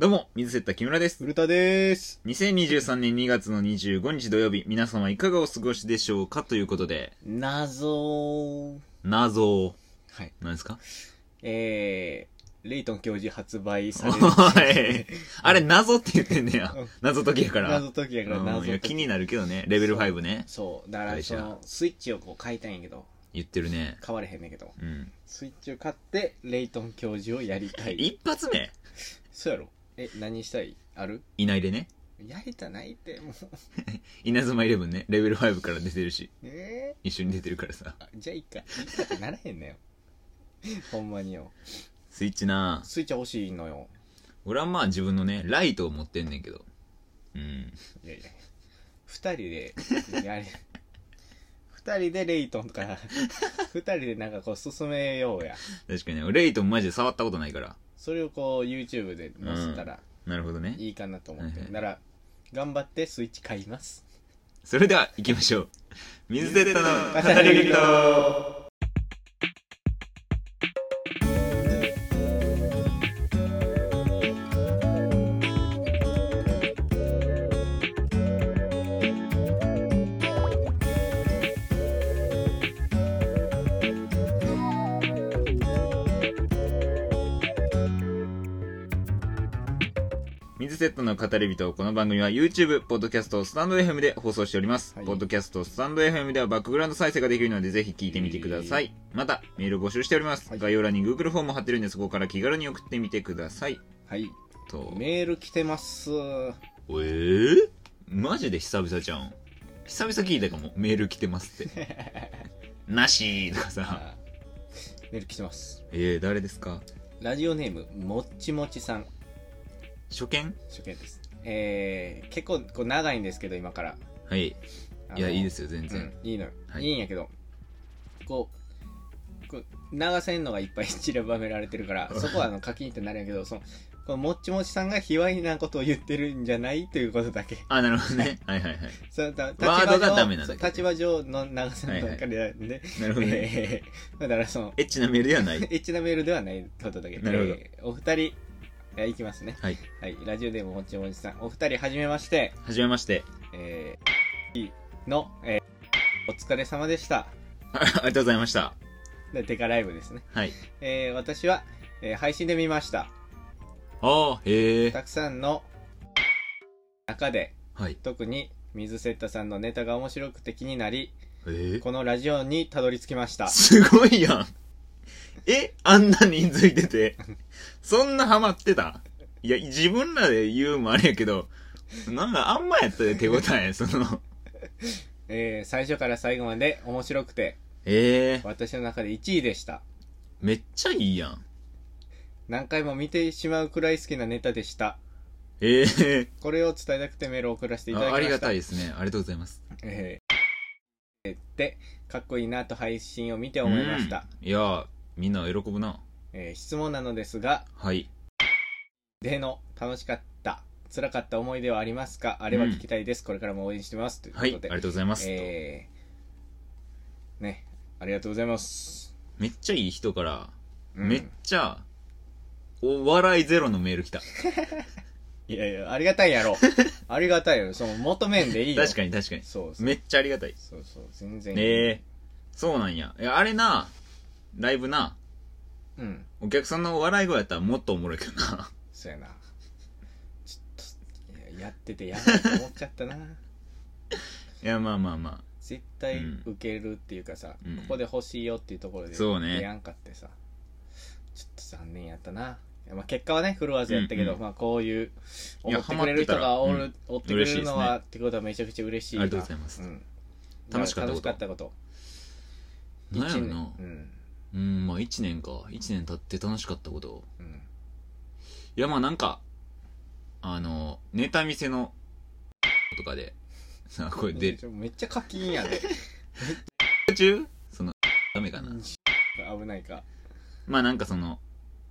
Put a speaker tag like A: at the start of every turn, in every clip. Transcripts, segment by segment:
A: どうも、水瀬田木村です。
B: 古田です。
A: 2023年2月の25日土曜日、皆様いかがお過ごしでしょうかということで、
B: 謎
A: 謎を、
B: はい。
A: 何ですか
B: えー、レイトン教授発売さ
A: お
B: れる。
A: いあれ、謎って言ってんねや
B: うん。
A: 謎解きやから。
B: 謎解きやから
A: うん
B: 謎
A: いや
B: 解き。
A: 気になるけどね、レベル5ね。
B: そう。だから、
A: 会
B: そ
A: 社
B: の、スイッチをこう買いたいんやけど、
A: 言ってるね。
B: 買われへんねんけど、
A: うん。
B: スイッチを買って、レイトン教授をやりた
A: え
B: い。
A: 一発目
B: そうやろえ、何したいある
A: いないでね。
B: やりたないって、もう。
A: 稲妻イレブンね、レベル5から出てるし、
B: え
A: 一緒に出てるからさ。
B: ー、あじゃあいいか。いいかってならへんねよ。ほんまによ。
A: スイッチな
B: スイッチ欲しいのよ。
A: 俺はまあ自分のね、ライトを持ってんねんけど。うん。
B: いやいや二人でやれ 二人でレイトン とか二人でなんかこう進めようや
A: 確かにね、レイトンマジで触ったことないから。
B: それをこう YouTube で載せたら
A: なるほどね。
B: いいかなと思って、
A: うん
B: なら頑張ってスイッチ買います
A: それでは行きましょう。水出たの語り人水セットの語り人、この番組は YouTube、ポッドキャスト、スタンド FM で放送しております。
B: はい
A: ポッドキャスト、スタンド FM ではバックグラウンド再生ができるので、ぜひ聞いてみてください。また、メールを募集しております。
B: はい
A: 概要欄に Google フォームを貼ってるんで、そこから気軽に送ってみてください。
B: はい
A: と、え
B: メール来てます
A: ー、マジで久々じゃん。久々聞いたかも、メール来てますって。 なしーとかさ。
B: あメール来てます
A: えー、誰ですか
B: ラジオネームもっちもちさん
A: 初見
B: 初見ですえー、結構こう長いんですけど今から
A: はい。いや、いいですすよ、全然。
B: うん、いいのよ、
A: はい
B: い、いんやけどこうこう流せんのがいっぱい散りばめられて るからそこはあの課金ってなるんやけどそのこのもっちもちさんが卑猥なことを言ってるんじゃないということだけ
A: あ、なるほどね。はいはいはい。
B: そのた立
A: ワードが
B: 場上
A: ダメなんだけどね
B: そう立場上の流せんのばっかりなんで、
A: なるほどね。
B: えー だからその
A: エッチなメールではない。
B: エッチなメールではないことだけど
A: なるほど
B: えーお二人えーいきますね
A: はい。
B: はいラジオでももっちもちさんお二人はじめまして
A: はじめまして。
B: えーの、えーお疲れ様でした
A: あありがとうございました。
B: でデカライブですね
A: はい。
B: えー私は、えー配信で見ました
A: ああ、へえ。
B: たくさんの中で
A: はい。
B: 特に水瀬田さんのネタが面白くて気になり
A: ええ。
B: このラジオにたどり着きました
A: すごいやん。えあんな人数いてて。そんなハマってたいや、自分らで言うもあれやけど、なんかあんまやったで手応え、その。
B: えー最初から最後まで面白くて
A: ええ
B: 私の中で1位でした
A: めっちゃいいやん。
B: 何回も見てしまうくらい好きなネタでした
A: ええ
B: これを伝えたくてメールを送らせていただき
A: あ。
B: ま
A: あ
B: した
A: りがたいですね。ありがとうございます。
B: えーでかっこいいなと配信を見て思いました、
A: うん。いやー、みんな喜ぶな。
B: えー質問なのですが
A: はい。
B: での楽しかった辛かった思い出はありますかあれば聞きたいです、これからも応援してますというこ
A: はい。あ
B: と
A: り
B: で、
A: がとうございます。
B: えーねありがとうございます、
A: めっちゃいい人から、
B: うん
A: めっちゃ、お笑いゼロのメール来た。
B: いやいやありがたいや ろありがたいやろその求めんでいいよ
A: 確かに確かに。
B: そうそう
A: めっちゃありがたい。
B: そうそう全然いい
A: ええそうなんや。いや、あれな、ライブな、
B: うん
A: お客さんの笑い声やったらもっとおもろいけどな。
B: そうやなちょっといややっててやばいと思っちゃったな
A: いや、まあまあま
B: 絶対
A: うん
B: 受けるっていうかさ、
A: うん
B: ここで欲しいよっていうところで
A: そうね
B: 出やんかってさちょっと残念やったないやまあ、結果はねフルワーズやったけど、
A: うんうん
B: まあ、こういう
A: いや
B: 思ってくれる人が
A: ハマ
B: お
A: ってたら
B: る、追ってくれるのは、
A: 嬉しいですね
B: ってことはめちゃくちゃ嬉しいな
A: ありがとうございます
B: ん
A: 楽しかったこと
B: 楽しかったこと
A: あ。なんやろ
B: 一
A: な
B: 年。うん
A: うん、まあ一年か。一年経って楽しかったこと。
B: うん
A: いや、まあなんか、あの、ネタ見せの、とかで、 さ、これで、
B: ちょめっちゃ課金やで
A: 中その、ダメかな。
B: 危ないか
A: まあなんかその、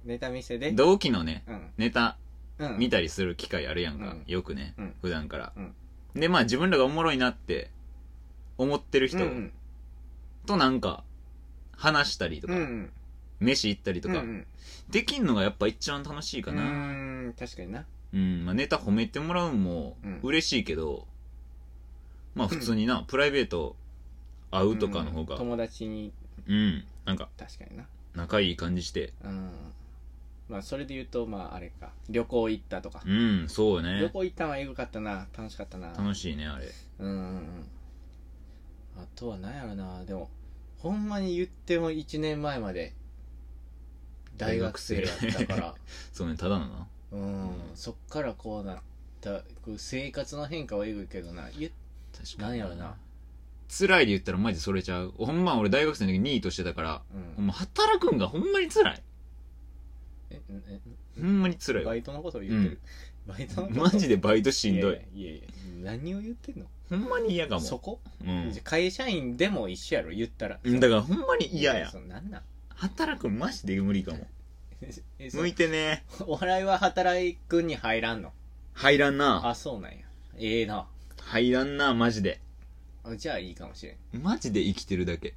B: ネタ見せで
A: 同期のね、
B: うん
A: ネタ
B: うん
A: 見たりする機会あるやんか、
B: うん
A: よくね、
B: うん
A: 普段から、
B: うん
A: でまあ自分らがおもろいなって思ってる人
B: うんうん
A: となんか話したりとか、
B: うんうん
A: 飯行ったりとか、
B: うんうん
A: できんのがやっぱ一番楽しいかな、
B: うーんうん確かにな
A: うん、まあ、ネタ褒めてもらうんも
B: うん
A: 嬉しいけど、まあ普通にな、プライベート会うとかの方が、
B: うん
A: うん、
B: 友達に
A: なんか
B: 確かにな
A: 仲いい感じして、
B: うんまあそれで言うとまああれか旅行行ったとか、
A: うん、そうよ
B: 旅
A: ね。
B: 行行ったのはエグかったな楽しかったな
A: 楽しいね、あれ。
B: うんうんうんあとは何やろなでもほんまに言っても1年前まで大学生だったから
A: そうね、ただのな。
B: うんそっからこうなったこう生活の変化はえぐいけどな言っ
A: 確
B: なんやろな。
A: 辛いで言ったらマジそれちゃう。ほんま俺大学生の時ニートしてたから、
B: う
A: ほ
B: ん
A: んま働くんがほんまに辛い。
B: ええ
A: ほんまに辛い
B: バ
A: わ。
B: イトのことを言ってる、バイトのこと
A: マジでバイトしんどい。
B: いやいやいや何を言ってんの
A: ほんまに嫌か
B: そ
A: も。
B: こ、
A: うん
B: じゃ。あ会社員でも一緒やろ言ったら
A: うんだからほんまに嫌や
B: そ。うなんなん
A: 働くんマジで無理かも。
B: えそう
A: 向いてね。
B: お笑いは働くに入らんの
A: 入らんな。
B: あそうなんやええな
A: 入らんな、マジで。
B: あじゃあいいかもしれん
A: マジで生きてるだけ。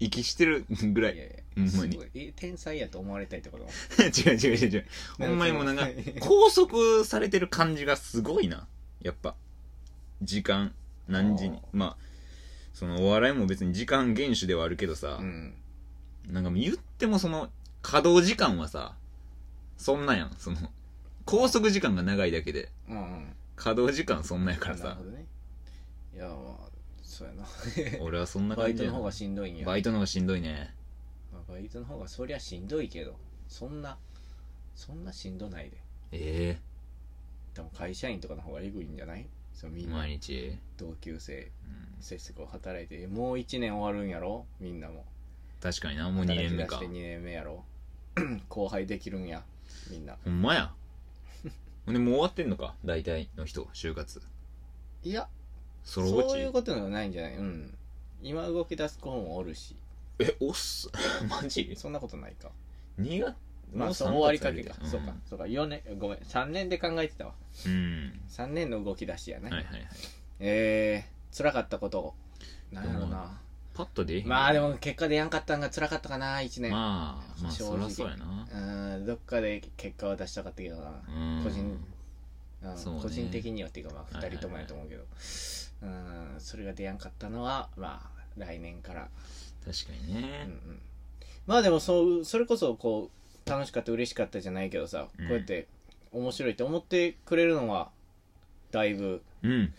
A: 息してるぐらい。
B: いやい
A: ほん
B: やす
A: ま
B: ご
A: に。
B: いえ天才やと思われたいってこと
A: 違う違う違う違う。ほんまにもうなんか、拘束されてる感じがすごいな。やっぱ。時間、何時に
B: あー。
A: まあ、そのお笑いも別に時間厳守ではあるけどさ
B: う、ん
A: なんか言ってもその、稼働時間はさ、そんなやん。その、拘束時間が長いだけで、
B: うんうん
A: 稼働時間そんなんや
B: な
A: から
B: る
A: さ
B: ほ、どねいやまあそうやな
A: 俺はそんな
B: バ
A: 感
B: イト
A: じやな
B: の方がしんどいんや
A: バイトの方がしんどいね。
B: まあバイトの方がそりゃしんどいけどそんなそんなしんどないで
A: え
B: でも会社員とかの方がえぐいんじゃないそう
A: え
B: みんな
A: 毎日。
B: 同級生
A: うん
B: せっせと働いてもう1年終わるんやろみんなも
A: 確かにな、もう2年目か
B: 働。き出して2年目やろ 後輩できるんやみんな
A: ほんまや。ほんでもう終わってんのか大体の人、就 活。
B: いや
A: ソロ落
B: そう
A: ち
B: いうことではないんじゃないうん今動き出す子もおるし
A: え、おっす。 マジ
B: そんなことないか
A: 2月
B: まあそ
A: 三月
B: の終わりかけか、
A: うん
B: そうかそうか4年ごめん3年で考えてたわ
A: うん。
B: 3年の動き出しやね、
A: はいはいはい。
B: えー、辛かったことなんやろ
A: でも
B: な
A: パッとでえへん
B: まあで。も結果出やんかったんが辛かったかな1年、
A: まあ、まあ
B: 正直
A: そりゃそうやな。
B: うんどっかで結果は出したかったけどな、
A: うん。
B: 個人うん
A: そうね
B: 個人的にはっていうかまあ
A: はいはいは
B: 2
A: い
B: 人ともやと思うけど、うんそれが出やんかったのはまあ来年から、
A: 確かに
B: うんう
A: ね。
B: ん、まあでもそうそれこそこう楽しかった嬉しかったじゃないけどさ、
A: うん
B: こうやって面白いって思ってくれるのはだいぶ
A: うん。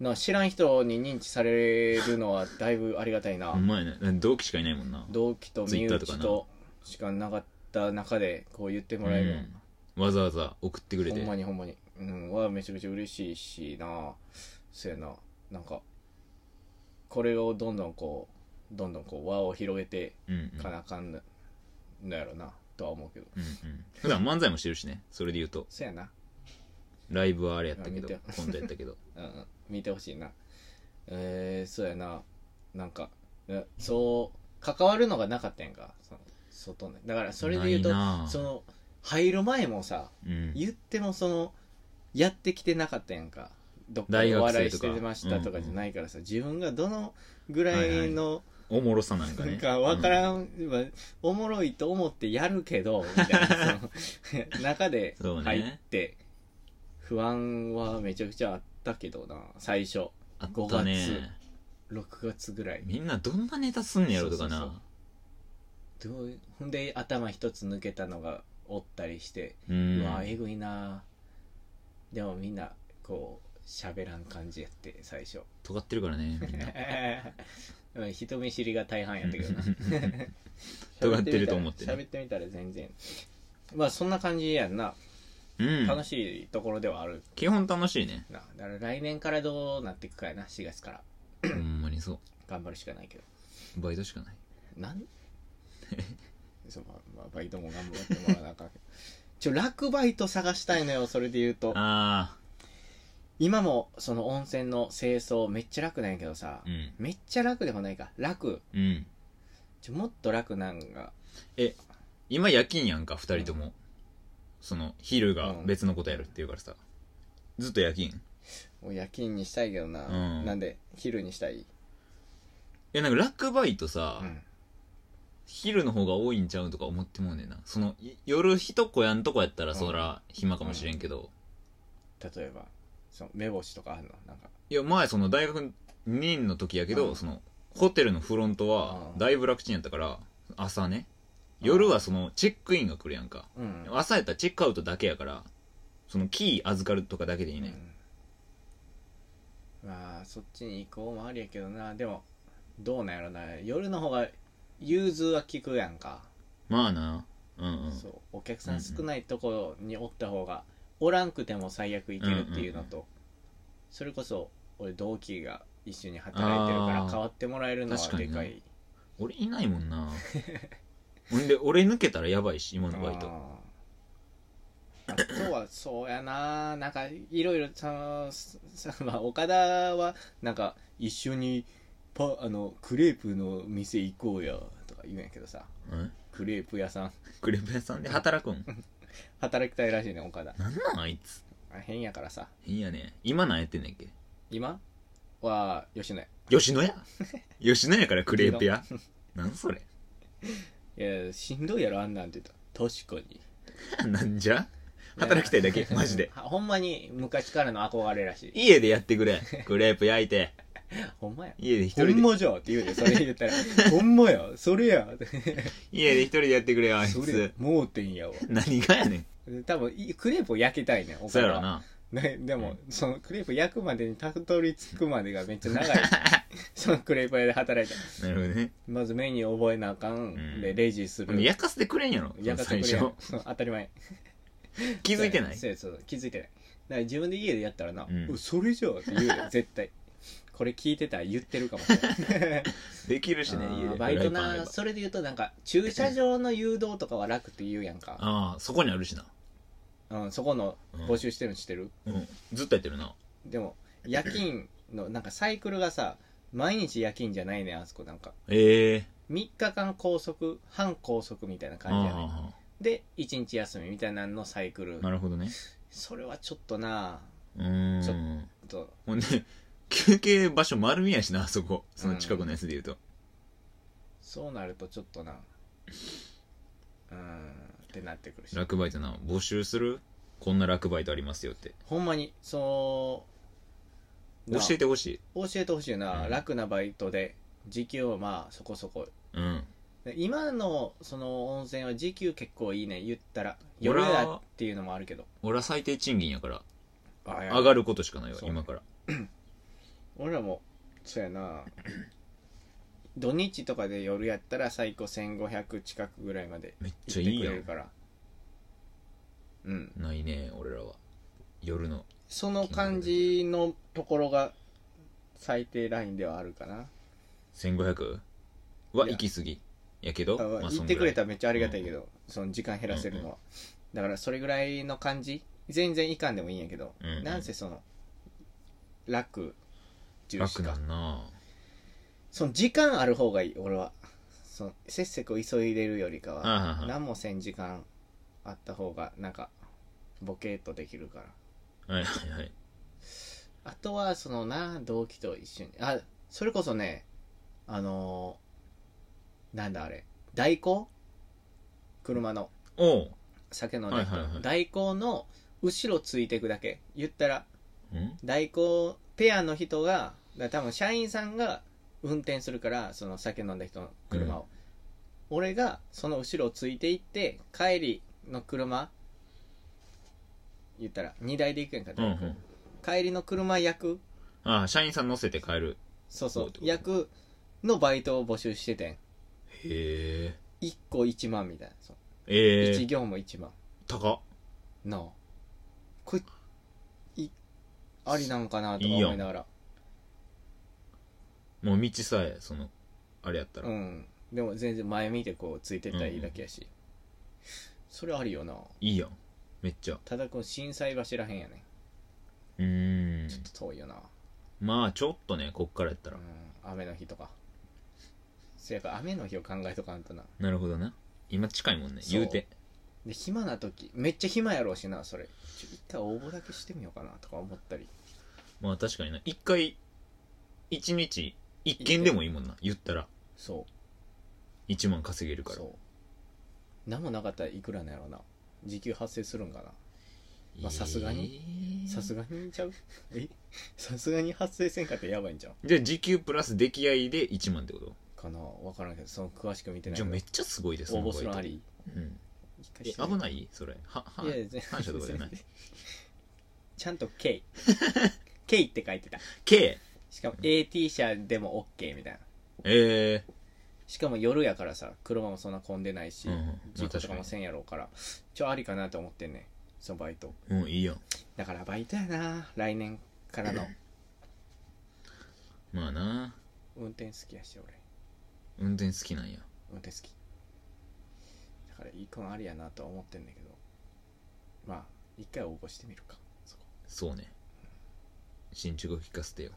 B: な知らん人に認知されるのはだいぶありがたいな、
A: ほんまやな。同期しかいないもんな。
B: 同期と身
A: Twitter
B: 内
A: とかな
B: としかなかった中でこう言ってもらえる
A: うんわざわざ送ってくれ
B: の、ほ
A: て
B: ん。まにほんまにうんはめちゃくちゃ嬉しいしなそうやななんかこれをどんどんこうどんどんこう輪を広げて
A: うんうん。
B: かなあかんののやろなとは思うけど
A: うんうん普段漫才もしてるしね。それで言うと。
B: そうやな
A: ライブはあれやったけど
B: あ見て、
A: コントやったけど。
B: うんうん見てほしいなえー、そうやななんかえそう関わるのがなかったやんかその外ねだからそれで言うと
A: ないなあ
B: その入る前もさ
A: うん。
B: 言ってもそのやってきてなかったやんかどっか
A: 大
B: でお
A: 学
B: 笑
A: 生
B: い
A: と
B: し
A: か
B: てましたとかじゃないからさ、自分がどのぐらいの
A: おもろさなんか
B: な
A: ね。
B: んか分から、
A: うん
B: まあおもろいと思ってやるけどみたいな その中で
A: そうね
B: 入って不安はめちゃくちゃあったけどな最初
A: あったね。
B: 6月ぐらい
A: みんなどんなネタすんねやろとか
B: そうそう
A: な。
B: どうほんで頭一つ抜けたのがおったりして
A: う。
B: うんわえぐいなでもみんなこう喋らん感じやって最初
A: 尖ってるからね、みん な。
B: うん人見知りが大半やったけどな
A: 尖ってると思ってね
B: 喋ってみたら全然まあそんな感じやんな、
A: うん。
B: 楽しいところではある
A: 基本楽しいね。
B: なだから来年からどうなっていくかやな4月から
A: ほんまにそう。
B: 頑張るしかないけど
A: バイトしかない。
B: なんそう、まあまあ、バイトも頑張ってもらわなあかんけどちょ楽バイト探したいのよそれで言うと
A: あ
B: 今もその温泉の清掃めっちゃ楽なんやけどさ、
A: あ、うん。
B: めっちゃ楽でもないか楽
A: うん。
B: ちょもっと楽なんが
A: 今夜勤やんか、二人とも。その、昼が
B: うん
A: 別のことやるって言うからさ。ずっと夜勤。
B: もう夜勤にしたいけどな、
A: うん
B: なんで昼にしたい
A: え、なんか、ラックバイトさ、
B: うん
A: 昼の方が多いんちゃうんとか思ってもうねんな。その、い夜一小やんとこやったら、
B: うん
A: そら、暇かもしれんけど。
B: 例えばその目星とかあるのなんか
A: いや、前その大学2年の時やけ
B: う
A: ど、
B: ん
A: その、ホテルのフロントは、
B: うん
A: だいぶ楽ちんやったから、朝ね。
B: うん
A: 夜はその、チェックインが来るやんか。
B: うん
A: 朝やったらチェックアウトだけやから、その、キー預かるとかだけでいいね。
B: うんまあそっちに行こうもありやけどなでもどうなんやろな夜の方が融通は効くやんか、
A: まあな。うんうん。
B: そうお客さん少ないところにおった方が、おらんくても最悪行けるっていうのと、それこそ俺同期が一緒に働いてるか
A: あ
B: ら
A: ー
B: 変わってもらえるの
A: 確
B: は
A: か
B: で
A: にな
B: かい
A: 俺いないもん な。ほんで、俺抜けたらやばいし、今のバイト。
B: あーあとはそうやななんかいろいろそのさ、まあ、岡田はなんか一緒にパあのクレープの店行こうやとか言うんやけどさ
A: うん
B: クレープ屋さん
A: クレープ屋さんで働くん。
B: 働きたいらしいね岡田
A: なんなんあいつ。
B: あ変やからさ
A: いいやね。今何やってんねんっけ
B: 今は吉野家
A: 吉野 家吉野家からクレープ屋なんそれ
B: いやしんどいやろあんなんって言った確かに
A: なんじゃ働きたいだ けマジで
B: あほんまに昔からの憧れらしい
A: 家でやってくれクレープ焼いて
B: ほんまや
A: 家で一
B: ほ
A: 人で
B: んまじゃって言うでそれ 言ったらほんまやそれや
A: 家で一人でやってくれよあい
B: それ
A: つ
B: 盲点やわ
A: 何がやねん
B: 多分いクレープを焼きたいねお
A: そう
B: 金
A: やろ
B: は
A: な
B: ねでも、そのクレープ焼くまでにたどり着くまでがめっち ゃ長いそのクレープ屋で働いた
A: なるほどね
B: まずメニュー覚えなあかん、
A: ん
B: でレジする
A: 焼かせてくれんやろ
B: 焼かせ
A: 最
B: てくれや
A: 初
B: んそう 当たり前
A: 気づいてない
B: そうやそうや気づいてないだから自分で家でやったらな、
A: うん
B: うそれじゃあって言うよ絶対これ聞いてたら言ってるかもし れない
A: できるしね
B: あー
A: 家で
B: バイト
A: フラ
B: な
A: イパンあれば
B: それで言うとなんか駐車場の誘導とかは楽って言うやんか、
A: ああそこにあるしな
B: うん、そこの募集してるの知ってる、
A: うんずっとやってるな
B: でも夜勤のなんかサイクルがさ毎日夜勤じゃないねんあそこなんか
A: ええ
B: 3日間拘束半拘束みたいな感じやねん
A: あ
B: で1日休みみたいなののサイク
A: あ
B: ル
A: なるほどね
B: それはちょっとな
A: うー
B: ちょ
A: ん
B: あと
A: ほんで 休憩場所丸見えやしなあそこその近くのやつで言うと
B: そうなるとちょっとなうーんってなってくるし
A: 楽バイトな募集するこんな楽バイトありますよって
B: ほんまにそう
A: 教
B: な
A: えてほしい
B: 教えてほしいな、
A: うん
B: 楽なバイトで時給はまあそこそこ
A: うん
B: で今のその温泉は時給結構いいね言ったら
A: ほ
B: 夜
A: ら
B: やっていうのもあるけど
A: 俺は最低賃金やから上
B: 上
A: がることしかないわ
B: そう
A: 今から
B: 俺らもそう やな土日とかで夜やったら最高1500近くぐらいまで
A: めっちゃい
B: 行って
A: い
B: く
A: や
B: れる
A: ん
B: からうん
A: ないね俺らは夜の
B: その感じのところが最低ラインではあるかな
A: 1500はい
B: や
A: 行き過ぎやけど
B: あまあ
A: まあ
B: 言ってくれた
A: そんぐらい
B: らめっちゃありがたいけど、その時間減らせるのは、だからそれぐらいの感じ全然いかんでもいいんやけど、
A: うんうん
B: なんせその楽重
A: 楽
B: 視か
A: なんな
B: その時間ある方がいい俺はそのせっせこ急いでるよりか
A: あ
B: は
A: あ
B: 何もせん時間あった方がなんかボケーっとできるから
A: はいはいはい
B: あとはそのな同期と一緒にあそれこそねあのーなんだあれ代行車の
A: おう
B: 酒の代行、
A: はいはいはい
B: 代行の後ろついていくだけ言ったら
A: ん
B: 代行ペアの人がだから多分社員さんが運転するからその酒飲んだ人の車を、俺がその後ろをついていって帰りの車言ったら荷台で行くやんか、
A: うんう
B: 代
A: ん
B: 行帰りの車役
A: ああ社員さん乗せて帰る
B: そう
A: そ
B: そ
A: う
B: う
A: ってこと
B: 役のバイトを募集しててん
A: へえ
B: 1個1万みたいなそう
A: え
B: 1
A: え
B: 行も1万
A: 高っ
B: のこれいありなんかなとか思いながら
A: もう道さえそのあれやった
B: う
A: ら
B: んでも全然前見てこうついてったらいいだけやし、それあるよない
A: いやんめっちゃ
B: ただこの震災橋らへんやね
A: うーん
B: ちょっと遠いよな、
A: まあちょっとねこっからやった
B: うん
A: ら、
B: 雨の日とかそうやっぱ雨の日を考えとかんとな
A: なるほどな今近いもんね
B: そう
A: 言うて
B: で暇な時めっちゃ暇やろうしなそれちょ一回応募だけしてみようかなとか思ったり
A: まあ確かにな一回一日一件でもいいもんな言ったら
B: そう
A: 1万稼げるから
B: そう何もなかったらいくらなんやろな時給発生するんかなまあさすが
A: に
B: さす
A: が
B: がにちゃうえさすがに発生せんかったらやばいんちゃう
A: じゃあ時給プラス出来合いで1万ってこ
B: かな分からんけどその詳しく見
A: と
B: てない
A: じ
B: け
A: ゃあ
B: ど
A: めっちゃすごいですね
B: 応募するの
A: バ
B: あ
A: イ
B: り
A: トうん
B: 一
A: え
B: 回して
A: 危ないそれははい
B: やいや全
A: 反射とかじゃない
B: ちゃんと K K って書いてた
A: K
B: しかも AT 社でも OK みたいな
A: え
B: しかも夜やからさ車もそんな混んでないし、
A: うんうんまあ
B: 事故と
A: 確
B: か
A: か
B: も
A: に
B: せんやろうからちょありかなと思ってんねんそのバイト
A: ー、うんいいやん
B: だからバイトやな来年か らの
A: まあな
B: 運転好きやし俺
A: 運転好きなんや
B: 運転好きだからいいくんありやなとは思ってんだけどまあ一回応募してみるかそこ
A: そうね進捗を聞かせてよ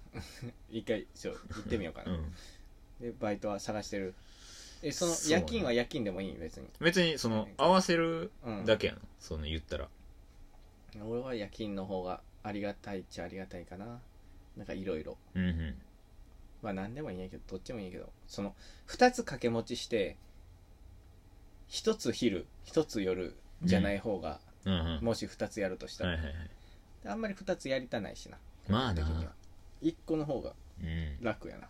B: 一回そう行ってみようか
A: う
B: な、
A: ん
B: でバイトは探してるえその
A: そうね
B: 夜勤は夜勤でもいい別に
A: 別にその合わせる
B: うん
A: だけやの、その言ったら
B: 俺は夜勤の方がありがたいっちゃありがたいかななんかいろいろ
A: うんうん
B: まあ何でもいいんやけどどっちもいいけどその2つ掛け持ちして1つ昼1つ夜じゃない方が、
A: うんうん
B: もし2つやるとした
A: はい
B: ら、
A: はいはい
B: あんまり2つやりたないしな
A: まあな
B: 基本的には1個の方が
A: うん
B: 楽やなっ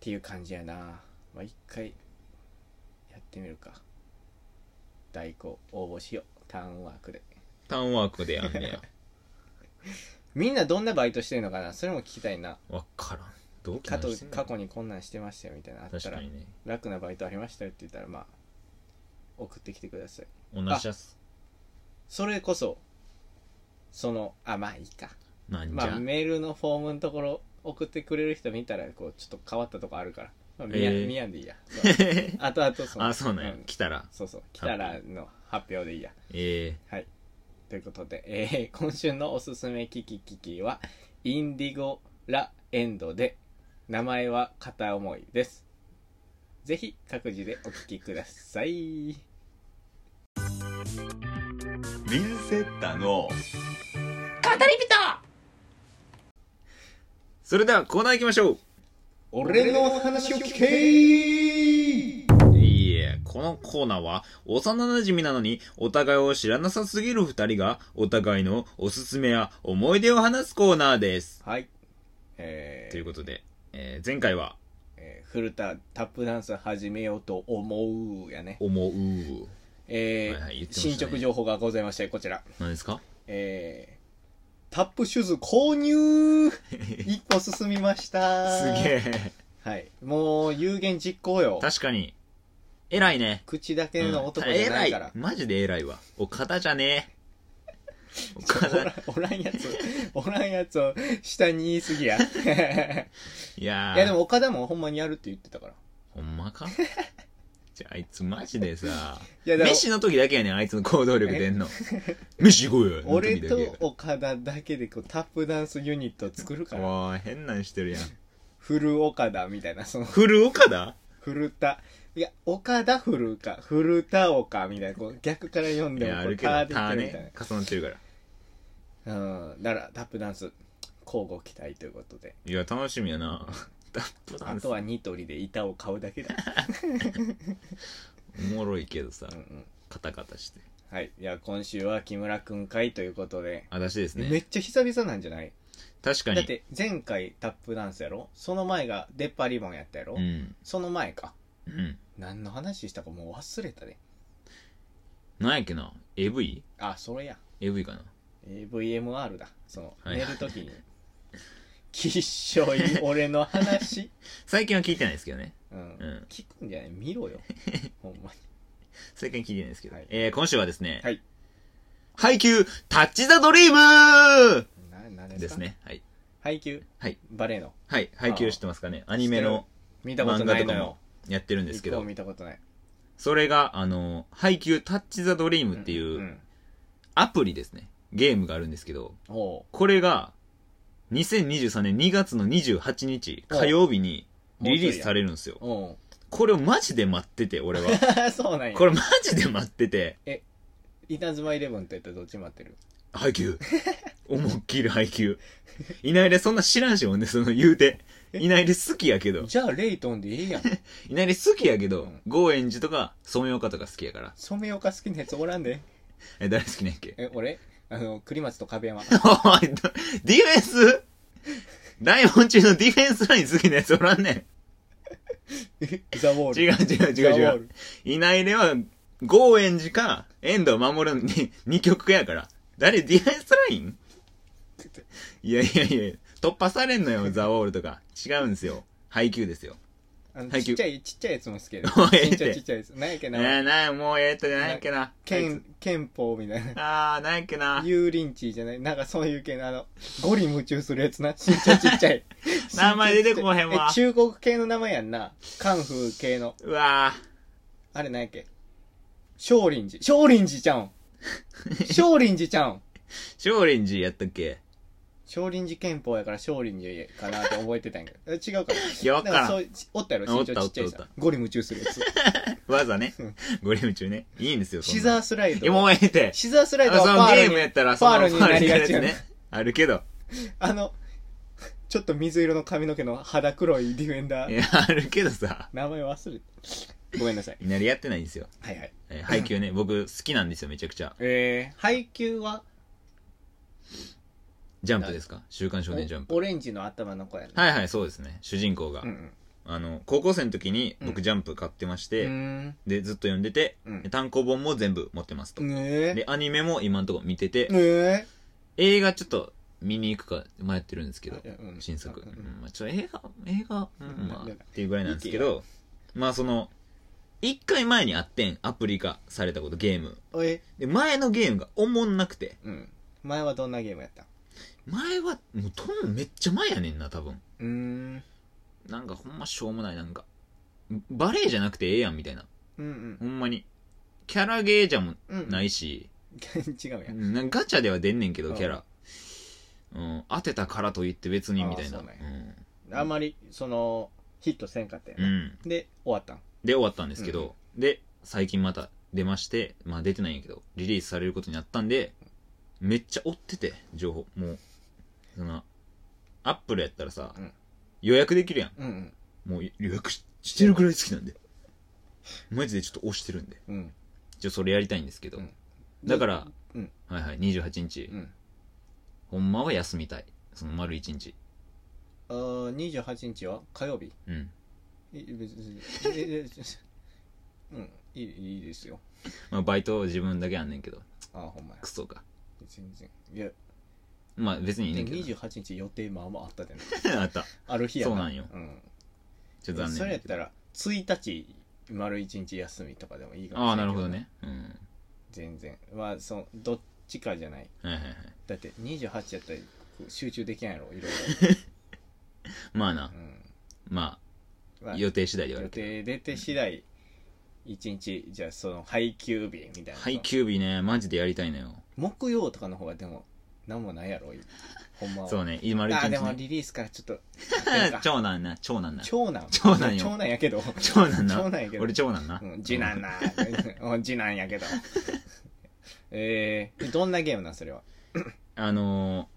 B: ていう感じやなまあ1回やってみるか代行応募しようターンワークで
A: ターンワークでやんね や
B: みんなどんなバイトしてるのかなそれも聞きたいな
A: わからんどう決
B: 過去
A: 断してんの
B: 過去にこんなんしてましたよみたいなのあった
A: 確
B: ら
A: かにね
B: 楽なバイトありましたよって言ったらまあ送ってきてください
A: 同じやつ
B: それこそそのあまあいいか
A: なんじ
B: ま
A: ゃ、
B: あメールのフォームのところ送ってくれる人見たらこうちょっと変わったとこあるから、まあ、見や、
A: えー
B: 見やんでい いやそうあとあとそ
A: あそうなんや、
B: ん
A: 来たら
B: そうそう来たらの発表でいいや
A: え
B: はいということで、えー 今週のおすすめキキキキはインディゴラエンドで名前は片思いですぜひ各自でお聞きください
A: ー、リンセッタの
B: 語り人
A: それではコーナー行きましょ
B: 俺の話を聞け
A: ういいえこのコーナーは幼馴染なのにお互いを知らなさすぎる二人がお互いのおすすめや思い出を話すコーナーです
B: はいえ
A: という
B: ー
A: ことで、えー前回は
B: えー古田タップダンス始めようと思うやね
A: 「思う
B: えー
A: はいはい言ってましたね
B: 進捗情報がございましてこちら」
A: 何ですか
B: えー、タップシューズ購入一歩進みました
A: すげえ
B: はいもう有言実行よ
A: 確かに偉いね
B: 口だけの男じゃないから、
A: うん偉いマジで偉いわお方じゃねえお
B: おら
A: 方
B: おらんやつおらんやつを下に言いすぎ やい
A: いやー
B: やでも岡田もほんまにやるって言ってたから
A: ほんまか じゃああいつマジでさ
B: いやでも
A: 飯の時だけやねんあいつの行動力出んの飯行こうよ
B: 俺
A: の時だけや
B: と
A: から
B: 岡田だけでこうタップダンスユニットを作るから
A: おい変なんしてるやん
B: フル岡田みたいなその
A: フル岡田
B: 古田いや岡田古か古田岡みたいなこう逆から読ん
A: い
B: でも
A: やあ
B: こう
A: るけど
B: タ
A: タ
B: ーで
A: ー
B: いってるみたいな
A: ね重なってるから
B: うん、だからタップダンス交互期待ということで
A: いや楽しみやなタップダ
B: あ
A: ンス
B: とはニトリで板を買うだ けだ
A: おもろいけどさ
B: うんうん
A: カタカタして
B: はいいや今週は木村くん会ということで、
A: 私です
B: め
A: ね
B: っちゃ久々なんじゃない
A: 確か
B: だっ
A: に
B: て前回タップダンスやろその前が出っ張りボンやったやろ、
A: うん
B: その前か
A: うん
B: 何の話したかもう忘れたで
A: なんやっけな AV?AV
B: あそれや
A: かな
B: VMR だその、
A: はい
B: 寝るときに きっしょい俺の話
A: 最近は聞いてないですけどね
B: うん、
A: うん
B: 聞くんじゃない見ろよほんまに
A: 最近聞いてないですけど、
B: はい
A: えー、今週はですね、
B: はい
A: 配給タッチザドリーム
B: な何ですか
A: ですねはい
B: 配給
A: はい
B: バレーの
A: はい、配給知ってますかねアニメの
B: 見たこと
A: 漫画
B: ない
A: とか
B: のよ
A: もやってるんですけ
B: 一個
A: ど
B: も、見たことない
A: それが、あの、配給タッチザドリームって
B: ん
A: いうんアプリですね。ゲームがあるんですけど、
B: おう
A: これが、2023年2月の28日火曜日にリリースされるんですよ。
B: おう
A: これをマジで待ってて、俺 は。
B: そうなんや
A: これマジで待ってて、
B: 稲妻イレブンとやったらどっち待ってる
A: 配給思いっきり配給。いないれそんな知らんしもんね、その言うて。いないれ好きやけど。
B: じゃあレイトンでいいやん
A: いないれ好きやけ
B: う
A: ど
B: ん、
A: ゴーエンジとか、ソメオカとか好きやから。
B: 染岡好きなやつおらんで
A: え、誰好きなんやっけ
B: え俺あの栗松と 壁山
A: おい、どディフェンス大門中のディフェンスライン好きなやつおらんね
B: ザ・ウォー
A: ん。
B: ル
A: 違う違う違う違う。
B: う
A: いないれは、ゴーエンジか、遠藤守るに、二曲やから。誰ディフェンスラインいやいやいや、突破されんのよ、ザ・ウォールとか。違うんですよ。配給ですよ。
B: あの
A: はい
B: ちっちゃいちっちゃいやつも好きやで
A: おい
B: ちっちゃいちっちゃいやつなんやっけ
A: えー、
B: な
A: なもうええと、なんやっけな。
B: 憲憲法みたいな
A: あー、なんやっけな。
B: ユーリンチーじゃないなんかそういう系のあのゴリ夢中するやつなちっちゃいちっちゃい
A: 名前出てこへんわ
B: え中国系の名前やんなカンフー系の
A: うわ
B: あれなんやっけ少林寺少林寺ちゃ うん少林寺ちゃうん
A: ー、少林寺やったっけ
B: 少林寺憲法やから少林寺かなって覚えてたんやけど。え違うかな。
A: いやわからん
B: だそういうおったやろ、
A: あお
B: 身
A: った
B: 長ちっちゃい
A: おったお
B: さ
A: っ。
B: ゴリ夢中するやつ。
A: わざね
B: うん。
A: ゴリム中ね。いいんですよ、そん
B: シ
A: な
B: ザース ライ
A: いやも
B: ド。
A: うええって。
B: シザースライ
A: あ
B: ドは
A: そ
B: パ
A: の
B: ール
A: ゲ
B: に
A: ームやったら、そ
B: パ
A: の
B: ールになりがちや
A: パールになる
B: ね
A: やつ。あるけど。
B: あの、ちょっと水色の髪の毛の肌黒いディフェンダ
A: い
B: ー。
A: や、あるけどさ。
B: 名前忘れて。ごめんなさい。
A: いなりやってないんですよ。
B: はいはい。
A: えー配給ね、僕好きなんですよ、めちゃくちゃ。
B: えー、配給は、
A: ジャンプですか週刊少年ジャン
B: お
A: プ。
B: オレンジの頭の子やね。
A: はいはい、そうですね。主人公が
B: うんう。ん。
A: あの、高校生の時に
B: う
A: 僕
B: ん
A: ジャンプ買ってまし
B: う
A: て、
B: ーん。
A: で、ずっと読んでて、
B: うん
A: で単行本も全部持ってますと。
B: ねえ。ね
A: で、アニメも今んとこ見てて、
B: え。
A: 映画ちょっと見に行くか迷ってるんですけど、
B: うん
A: 新作。
B: うん
A: うんまあ、ちょっと映画、映画、う
B: うん
A: ん、まあ、
B: うん
A: っていうぐらいなんですけど、まあその、一回前にあってん、アプリ化されたこと、ゲーム。
B: おい。
A: で、前のゲームがおもんなくて、
B: うん。前はどんなゲームやった
A: 前は、もうとんめっちゃ前やねんな、多分。
B: うーん。
A: なんかほんましょうもない、なんか。バレエじゃなくてええやん、みたいな。
B: うんうん
A: ほ。んまに。キャラゲーじゃも
B: うん
A: ないし、
B: 違うやん。
A: なんかガチャでは出んねんけ
B: う
A: ど、
B: ん
A: キャラ。うん、当てたからといって別にみたいな。
B: あー
A: う
B: そうなんあんまり、その、ヒットせんかったよ
A: ん。う
B: な、
A: ん。
B: で、終わったん。
A: で、終わったんですけど、で、最近また出まして、まあ出てないんやけど、リリースされることになったんで、めっちゃ追ってて、情報。もう、その、アップルやったらさ、
B: うん
A: 予約できるや
B: うんうん。
A: ん。もう予約ししてるぐらい好きなんで。マジでちょっと押してるんで。
B: うん。
A: ちょ、それやりたいんですけど。
B: うん
A: だから、
B: うん
A: はいはい、28日、
B: うん。
A: ほんまは休みたい。その丸1日。
B: あー28日は火曜日
A: うん。
B: い別にええうん、いい、いいですよ。
A: まあ、バイト自分だけあんねんけど、
B: あーほんまや
A: ク。ソか。
B: 全然。いや、
A: まあ別にいいねんけ
B: 28日予定まあまああったでね。
A: ど。あった。
B: ある日や
A: そうなんよ
B: うん。
A: ちょっと残念。
B: それやったら、1日、丸1日休みとかでもいいかもしれ
A: あ
B: い
A: あ、なるほど。ね。うん。
B: 全然。まあ、その、どっちかじゃない。
A: はいはいはい。
B: だって、28やったら集中できないやろ、いろい
A: まあな
B: ろ。う、ん。
A: ま
B: ま
A: あ、
B: あ
A: 予定次第ではあ
B: 予
A: るけど。
B: 定出て次第一日じゃあその配給日みたいな
A: 配給日ね、マジでやりたいのよ。
B: 木曜とかの方がでも何もないやろほんまは
A: そうね、今丸一
B: あ
A: 日
B: でも
A: ね。
B: リリースからちょっ と
A: 長男な、長男な。
B: 長男
A: 長男よ
B: 長男やけど
A: 長男
B: 長
A: な
B: 男やけ。ど
A: 俺長男な
B: う。ん次男なうん次男やけどえー、どんなゲームなんそれは
A: あの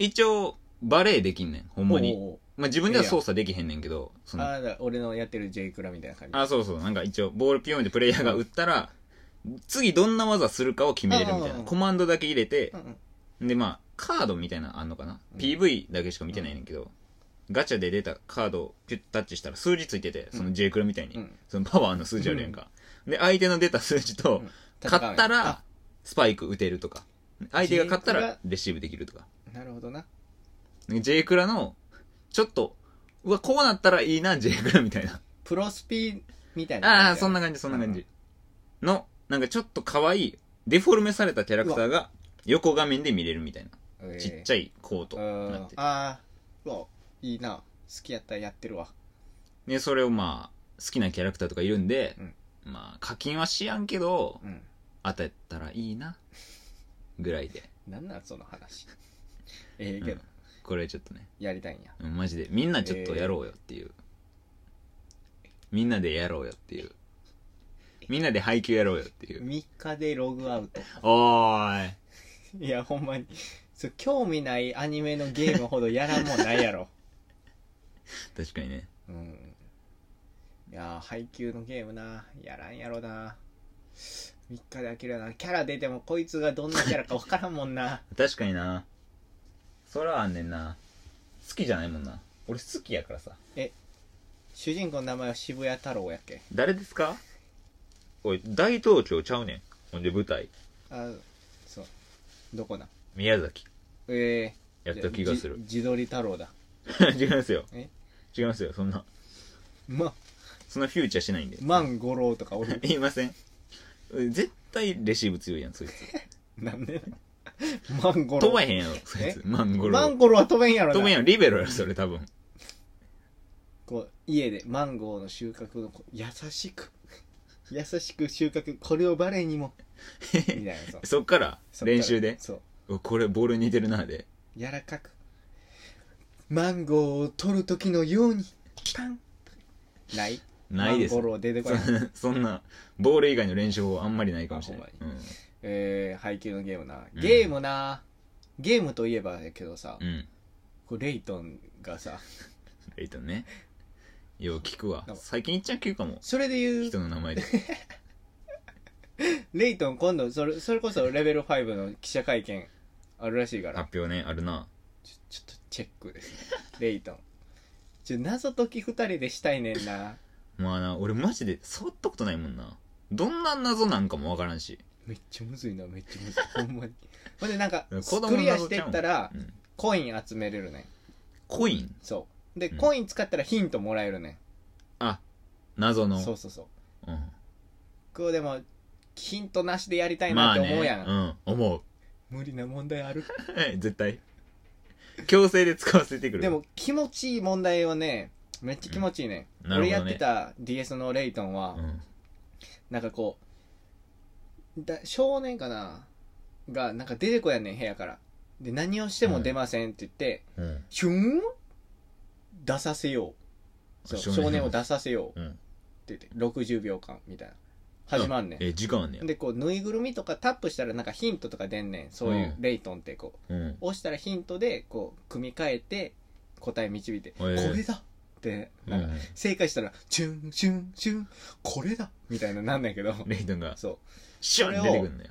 A: ー、一応、バレエできんねん、ほんまに。
B: おう
A: まあ自分では操作できへんねんけど、そ
B: おう
A: の、
B: あーだ俺のやってる J クラみたいな感じ
A: あ、そうそう、なんか一応、ボールピヨンでプレイヤーが打ったら、次どんな技するかを決めれるみたい
B: うんうんう
A: な。
B: ん
A: コマンドだけ入れて
B: う、んうん
A: でまあカードみたいなのあんのかな、
B: うん
A: PV だけしか見てないねんだけど、ガチャで出たカードをピュッタッチしたら数字ついててその J クラみたいに、
B: うん
A: そのパワーの数字あるやんか、で相手の出た数字と、
B: うん
A: 勝った
B: あ
A: らスパイク打てるとか相手が勝った
B: J ク
A: ら
B: ラ
A: レシーブできるとか
B: なるほどな
A: J クラのちょっとうわこうなったらいいな J クラみたいな
B: プロスピみたいな
A: ああーそんな感じそんな感じ、のなんかちょっと可愛いデフォルメされたキャラクターが横画面で見れるみたいな、
B: じ
A: ちっちゃいコートになってて
B: ああわいいな好きやったらやってるわ
A: で、それをまあ、好きなキャラクターとかいるんで、
B: うん
A: まあ、課金はしやんけど、
B: うん
A: 当てたらいいな、ぐらいで。
B: なんなんその話 ええけど、
A: これちょっとね、
B: やりたいんや
A: うんマジで、みんなちょっとやろうよっていう。みんなでやろうよっていう。みんなで配給やろうよっていう。
B: 3日でログアウト
A: おーい。
B: いやほんまにそう興味ないアニメのゲームほどやらんもんないやろ
A: 確かにね。
B: うんいやー配給のゲームなやらんやろな3日で飽きるよなキャラ出てもこいつがどんなキャラか分からんも んな
A: 確かにな。それはあんねんな。好きじゃないもんな。俺好きやからさ。
B: 主人公の名前は渋谷太郎やっけ
A: 誰ですかおい、大東京ちゃうねん。ほんで舞台。
B: あそうどこな
A: 宮崎。
B: ええ
A: やった気がする。
B: 自撮り太郎だ
A: 違いますよ
B: え。
A: 違いますよ。そんな、
B: ま
A: そんなフューチャーしないんで。
B: 万五郎とかお る
A: 言いません。絶対レシーブ強いやん、そいつ。
B: なんでな万五郎
A: 飛ばへんやろ、そいつ。マンゴロ
B: マ
A: ー
B: ン。ゴローは飛べんやろな
A: 飛べんやろ、リベロやろ、それ多分。
B: こう家でマンゴーの収穫のこう優しく 優しく収穫これをバレー にもみたいなそう
A: そっから、
B: そっから
A: 練習で。
B: そう
A: うわこれボールに似てるな、で。
B: 柔らかくマンゴーを取る時のようにパンない
A: ないです
B: マン。ゴー出て こない
A: そんそんな、ボール以外の練習法あんまりないかもしれない。
B: あ
A: うん
B: えー、配給のゲームな
A: うん
B: ゲームな、ゲームといえばやけどさ、
A: うん。
B: こうレイトンがさ
A: レイトンね。よう聞くわ
B: なん。か
A: 最近いっちゃん聞くかも。
B: それで言う
A: 人の名前で。
B: レイトン今度それそれこそレベル5の記者会見あるらしいから
A: 発表ね、あるな。
B: ちょちょっとチェックですレイトンちょ謎解き2人でしたいねんな
A: まあな、俺マジで触ったことないもんな。どんな謎なんかもわからんし。
B: めっちゃむずいなめっちゃむずいほんまにほんでなんか
A: 子供の
B: クリアしていったら
A: うん
B: コイン集めれるねん
A: コイン
B: そうで、
A: うん
B: コイン使ったらヒントもらえるね
A: あ、謎
B: ん
A: の。
B: そうそうそう
A: うん
B: こうでもヒントなしでやりたいなって思うや
A: ま
B: ん、
A: あね、うん、思う。
B: 無理な問題ある
A: え絶対強制で使わせてくる
B: でも気持ちいい問題はねめっちゃ気持ちいいね,、
A: うんなる
B: 俺
A: ほどね
B: やってた DS のレイトンは、
A: うん
B: なんかこうだ少年かながなんか出てこやんねん部屋からで何をしても出ませんって言って、
A: うん
B: ヒューン出させようそう
A: 少
B: 少
A: 年
B: 年を出させよう
A: う
B: っ
A: ん
B: て言って60秒間みたいな始まんねん
A: え時間あんねや
B: でこうぬいぐるみとかタップしたらなんかヒントとか出んねんそういううんレイトンってこう
A: うん
B: 押したらヒントでこう組み替えて答え導いて「こ
A: ー
B: れだ!」って
A: う
B: なんか
A: ん
B: 正解したら「チュンチュンチュンこれだ!」みたいななんだけど
A: レイトンが
B: そう
A: シュン出てくるんだよ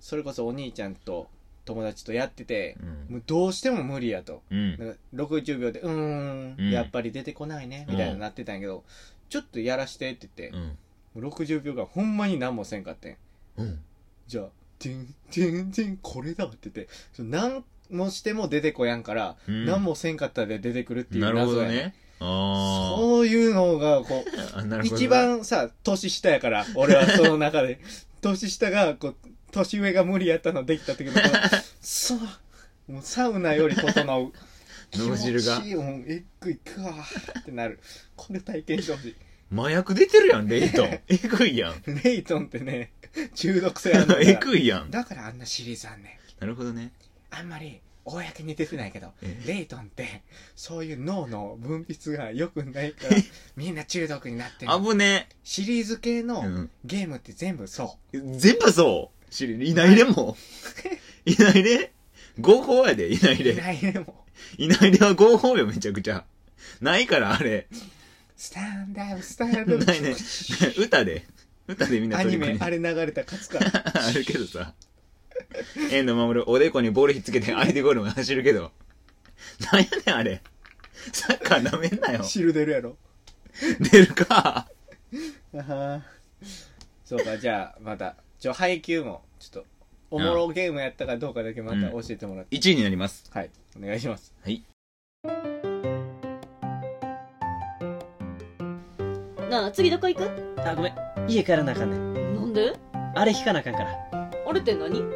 B: それこそお兄ちゃんと友達とやってて
A: うん
B: もうどうしても無理やと
A: うん
B: なんか60秒で「うー
A: うん
B: んやっぱり出てこないね」みたいななってたんやけどちょっとやらしてって言っ
A: う
B: て
A: ん
B: もう60秒間ほんまに何もせんかってん
A: うん
B: じゃあ「てんてんてんこれだ」って言ってその何もしても出てこやんから
A: うん
B: 何もせんかったで出てくるっていう
A: なるほ
B: 謎
A: ど
B: やね
A: ねあ
B: そういうのがこう
A: ーあなるほどな
B: 一番さ年下やから俺はその中で年下がこう年上が無理やったのできた時のこのそうもうサウナより整う
A: 脳汁が
B: 気持ちいいもんえっくいくわーってなるこれ体験してほしい
A: 麻薬出てるやんレイトン えぐいやん
B: レイトンってね中毒性あるんだ
A: えぐいやん
B: だからあんなシリーズあんねん
A: なるほどね
B: あんまり公に出てないけど
A: え
B: レイトンってそういう脳の分泌が良くない からみんな中毒になってる
A: 危ね
B: シリーズ系の
A: うん
B: ゲームって全部そ
A: 全部そう知りいないでもいないで合法やでいないうで
B: いないでも
A: いないでは合法よめちゃくちゃないからあれ
B: スタンダ ースタンダー
A: ないね。歌で。歌でみんな
B: アニメ
A: に
B: あれ流れたら勝つ から
A: あるけどさ。遠藤守るおでこにボールひっつけて相手ゴールまで走るけど。なんやねんあれ。サッカーなめんなよ。
B: 汁出るやろ
A: 出るか。
B: そうかじゃあまたちょ配給もちょっとおもろゲームやったかどうかだけまた教えてもらって、
A: 1位になります。
B: はいお願いします
C: なあ次どこ行く
D: あごめん家帰らなあかんねん
C: なんで
D: あれ引かなあかんから
C: あれって何語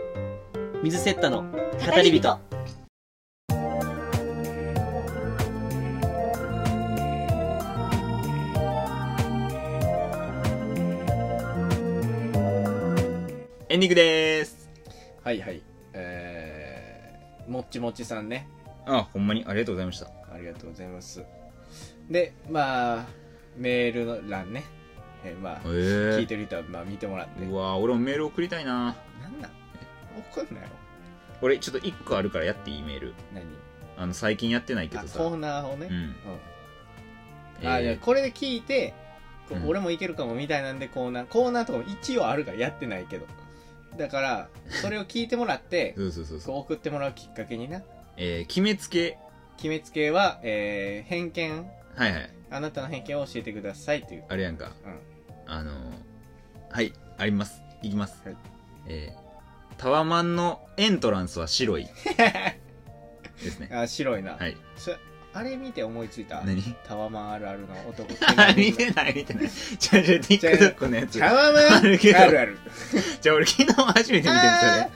D: 水セッタの語り人
A: エンディングでーす。
B: はいはいえー、もっちもちさんね
A: あ、ほんまにありがとうございました。
B: ありがとうございますでまあメールの欄ね、えーまあ聞
A: え
B: いてる人はまあ見てもらって
A: え。うわ俺もメール送りたいな。
B: なんなん怒んなよ
A: 俺ちょっと一個あるからやっていいメール
B: 何
A: あの最近やってないけ
B: あ
A: どさ
B: コーナーをね、
A: うん
B: うんあ
A: え
B: じゃ
A: ー
B: あこれで聞いて、こう
A: うん
B: 俺もいけるかもみたいなんでコーナーコーナーとかも一応あるからやってないけどだからそれを聞いてもらっ て
A: そうそうそうそう
B: こう送ってもらうきっかけにな
A: えー、決めつけ
B: 決めつけは、えー偏見
A: はいはい
B: あなたの偏見を教えてくださいっていう
A: あれやんか
B: うん
A: あのーはいありますいきます、
B: はい
A: えータワマンのエントランスは白 いですね
B: あ白いな、
A: はい
B: そあれ見て思いついた
A: 何
B: タワマンあるあるの男
A: 見てない見てないちょちょ TikTok のやつ
B: タワマンあるある
A: じゃあ俺昨日初めて見てん
B: あ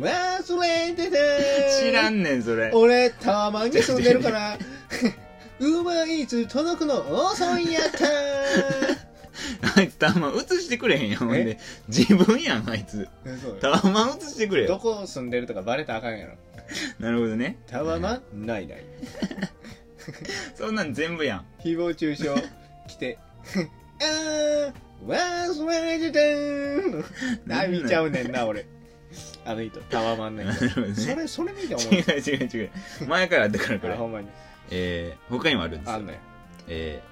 B: ー忘れて
A: そ
B: て
A: れ知らんねんそれ
B: 俺タワマンに住んでるからウーバーイーツ届くの遅いやった
A: あいつタワマン映してくれへんやんほんで自分やんあいつタ
B: ー
A: ワマン映してくれ
B: ど
A: よ
B: こ住んでるとかバレたらあかんやろ
A: なるほどね
B: タワマンないない
A: そんなん全部やん
B: 誹謗中傷来てあー忘れてたーあ見ちゃうねんな俺あの人タワマンの
A: な
B: 人
A: るほど
B: そ
A: ね
B: れそれ見て思
A: 違う
B: う
A: 違う違う前からあったからこ
B: あほ
A: れ
B: んまに
A: えー、他にもあるんです
B: あ
A: よ
B: んのよ
A: え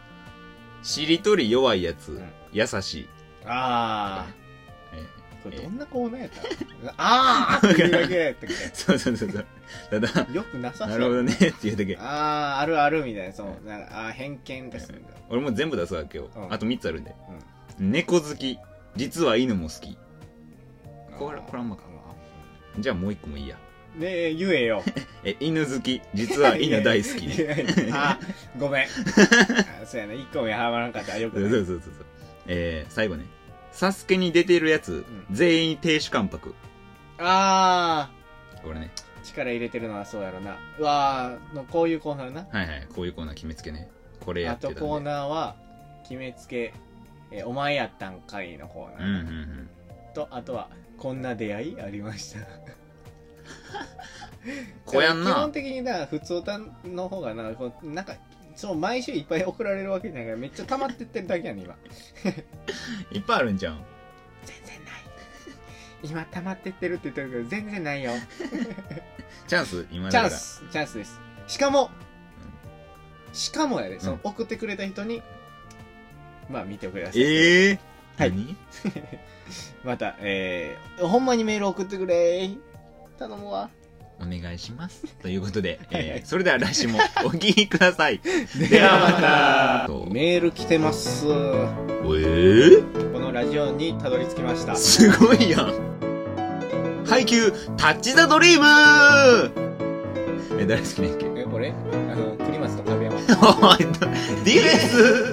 A: ー、しりとり弱いやつ、
B: うん
A: 優しい、
B: ああ
A: えー
B: これどんなコーナーやったああって言うだけやったっけ
A: そうそうそうそうただ
B: よくなさそ
A: な
B: う
A: るほどねっていうだけ
B: あああるあるみたいなそのなんかあー偏見ですみたいな
A: 俺もう全部出すわ今日、
B: うん
A: あと3つあるんで、猫好き実は犬も好きこれこれあんまかじゃあもう一個もいいや
B: ねえ言えよ
A: え犬好き実はい
B: や
A: 犬
B: いや
A: 大好きね
B: あごめんあそうやな一個目はまらんかったらよく
A: そう
B: ない
A: そうそうそうえー、最後ね「サスケに出てるやつ、
B: うん
A: 全員亭主関白
B: ああ
A: これね
B: 力入れてるのはそうやろなうわーのこういうコーナーな
A: はいはいこういうコーナー決めつけねこれや
B: あ
A: ってた
B: と
A: んで
B: コーナーは決めつけえお前やったんかいのコーナ
A: うんうん
B: ー、
A: うん
B: とあとはこんな出会いありました
A: こやん
B: 基本
A: な
B: 的にな普通歌の方がなこうなんかそう毎週いっぱい送られるわけじゃないからめっちゃ溜まってってるだけやねん今
A: いっぱいあるんじゃん
B: 全然ない今溜まってってるって言ってるけど全然ないよ
A: チャンス今
B: チ
A: だ
B: ャ
A: か
B: ン
A: ら
B: スチャンスですしかもしかもやでその送ってくれた人に、まあ見てください
A: ええー、
B: はい
A: 何
B: またえー、ほんまにメール送ってくれ頼むわ
A: お願いしますということ で、えー、それでは来週もお聞きください
B: ではま
A: そう
B: メール来てますこ
A: えー、
B: のラジオにたどり着きました
A: すごいやん配給タッチ・ザ・ドリームえ誰好きなんやっけ
B: えこれあの栗松と壁山
A: おい DS